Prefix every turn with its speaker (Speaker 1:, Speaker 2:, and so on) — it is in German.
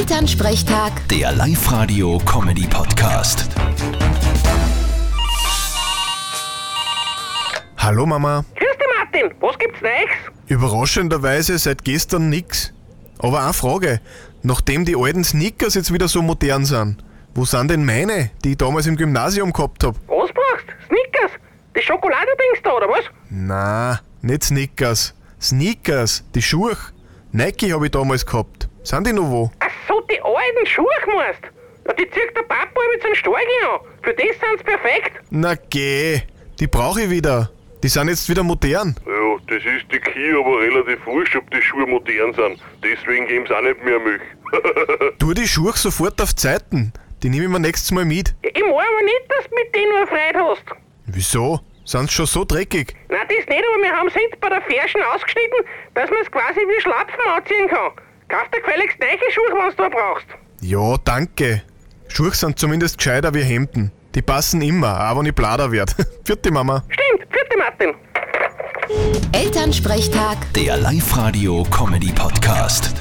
Speaker 1: Elternsprechtag,
Speaker 2: Der Live-Radio-Comedy-Podcast.
Speaker 3: Hallo Mama.
Speaker 4: Grüß dich, Martin. Was gibt's Neues?
Speaker 3: Überraschenderweise seit gestern nix. Aber eine Frage. Nachdem die alten Sneakers jetzt wieder so modern sind, wo sind denn meine, die ich damals im Gymnasium gehabt hab?
Speaker 4: Was brauchst? Snickers? Das Schokoladendings da, oder was?
Speaker 3: Na, nicht Sneakers. Sneakers, die Schuhe. Nike habe ich damals gehabt. Sind die noch wo?
Speaker 4: Ach so, die alten Schuhe meinst? Ja, die zieht der Papa mit seinem Storgen an. Für das sind's perfekt.
Speaker 3: Na geh, die brauche ich wieder. Die sind jetzt wieder modern.
Speaker 5: Ja, das ist die Kie aber relativ wurscht, ob die Schuhe modern sind. Deswegen geben sie auch nicht mehr Milch.
Speaker 3: Tu die Schuhe sofort auf Zeiten. Die nehme ich mir nächstes Mal mit.
Speaker 4: Ja, Ich mag aber nicht, dass du mit denen nur Freude hast.
Speaker 3: Wieso? Sind schon so dreckig?
Speaker 4: Nein, das nicht, aber wir haben sind bei der Ferschen ausgeschnitten, dass man's quasi wie Schlapfen anziehen kann. Kauf dir gefälligst neue Schuhe, wenn's da brauchst.
Speaker 3: Ja, danke. Schuhe sind zumindest gescheiter wie Hemden. Die passen immer, auch wenn ich blader werd. Vierte Mama.
Speaker 4: Stimmt, vierte Martin.
Speaker 1: Elternsprechtag.
Speaker 2: Der Live-Radio-Comedy-Podcast.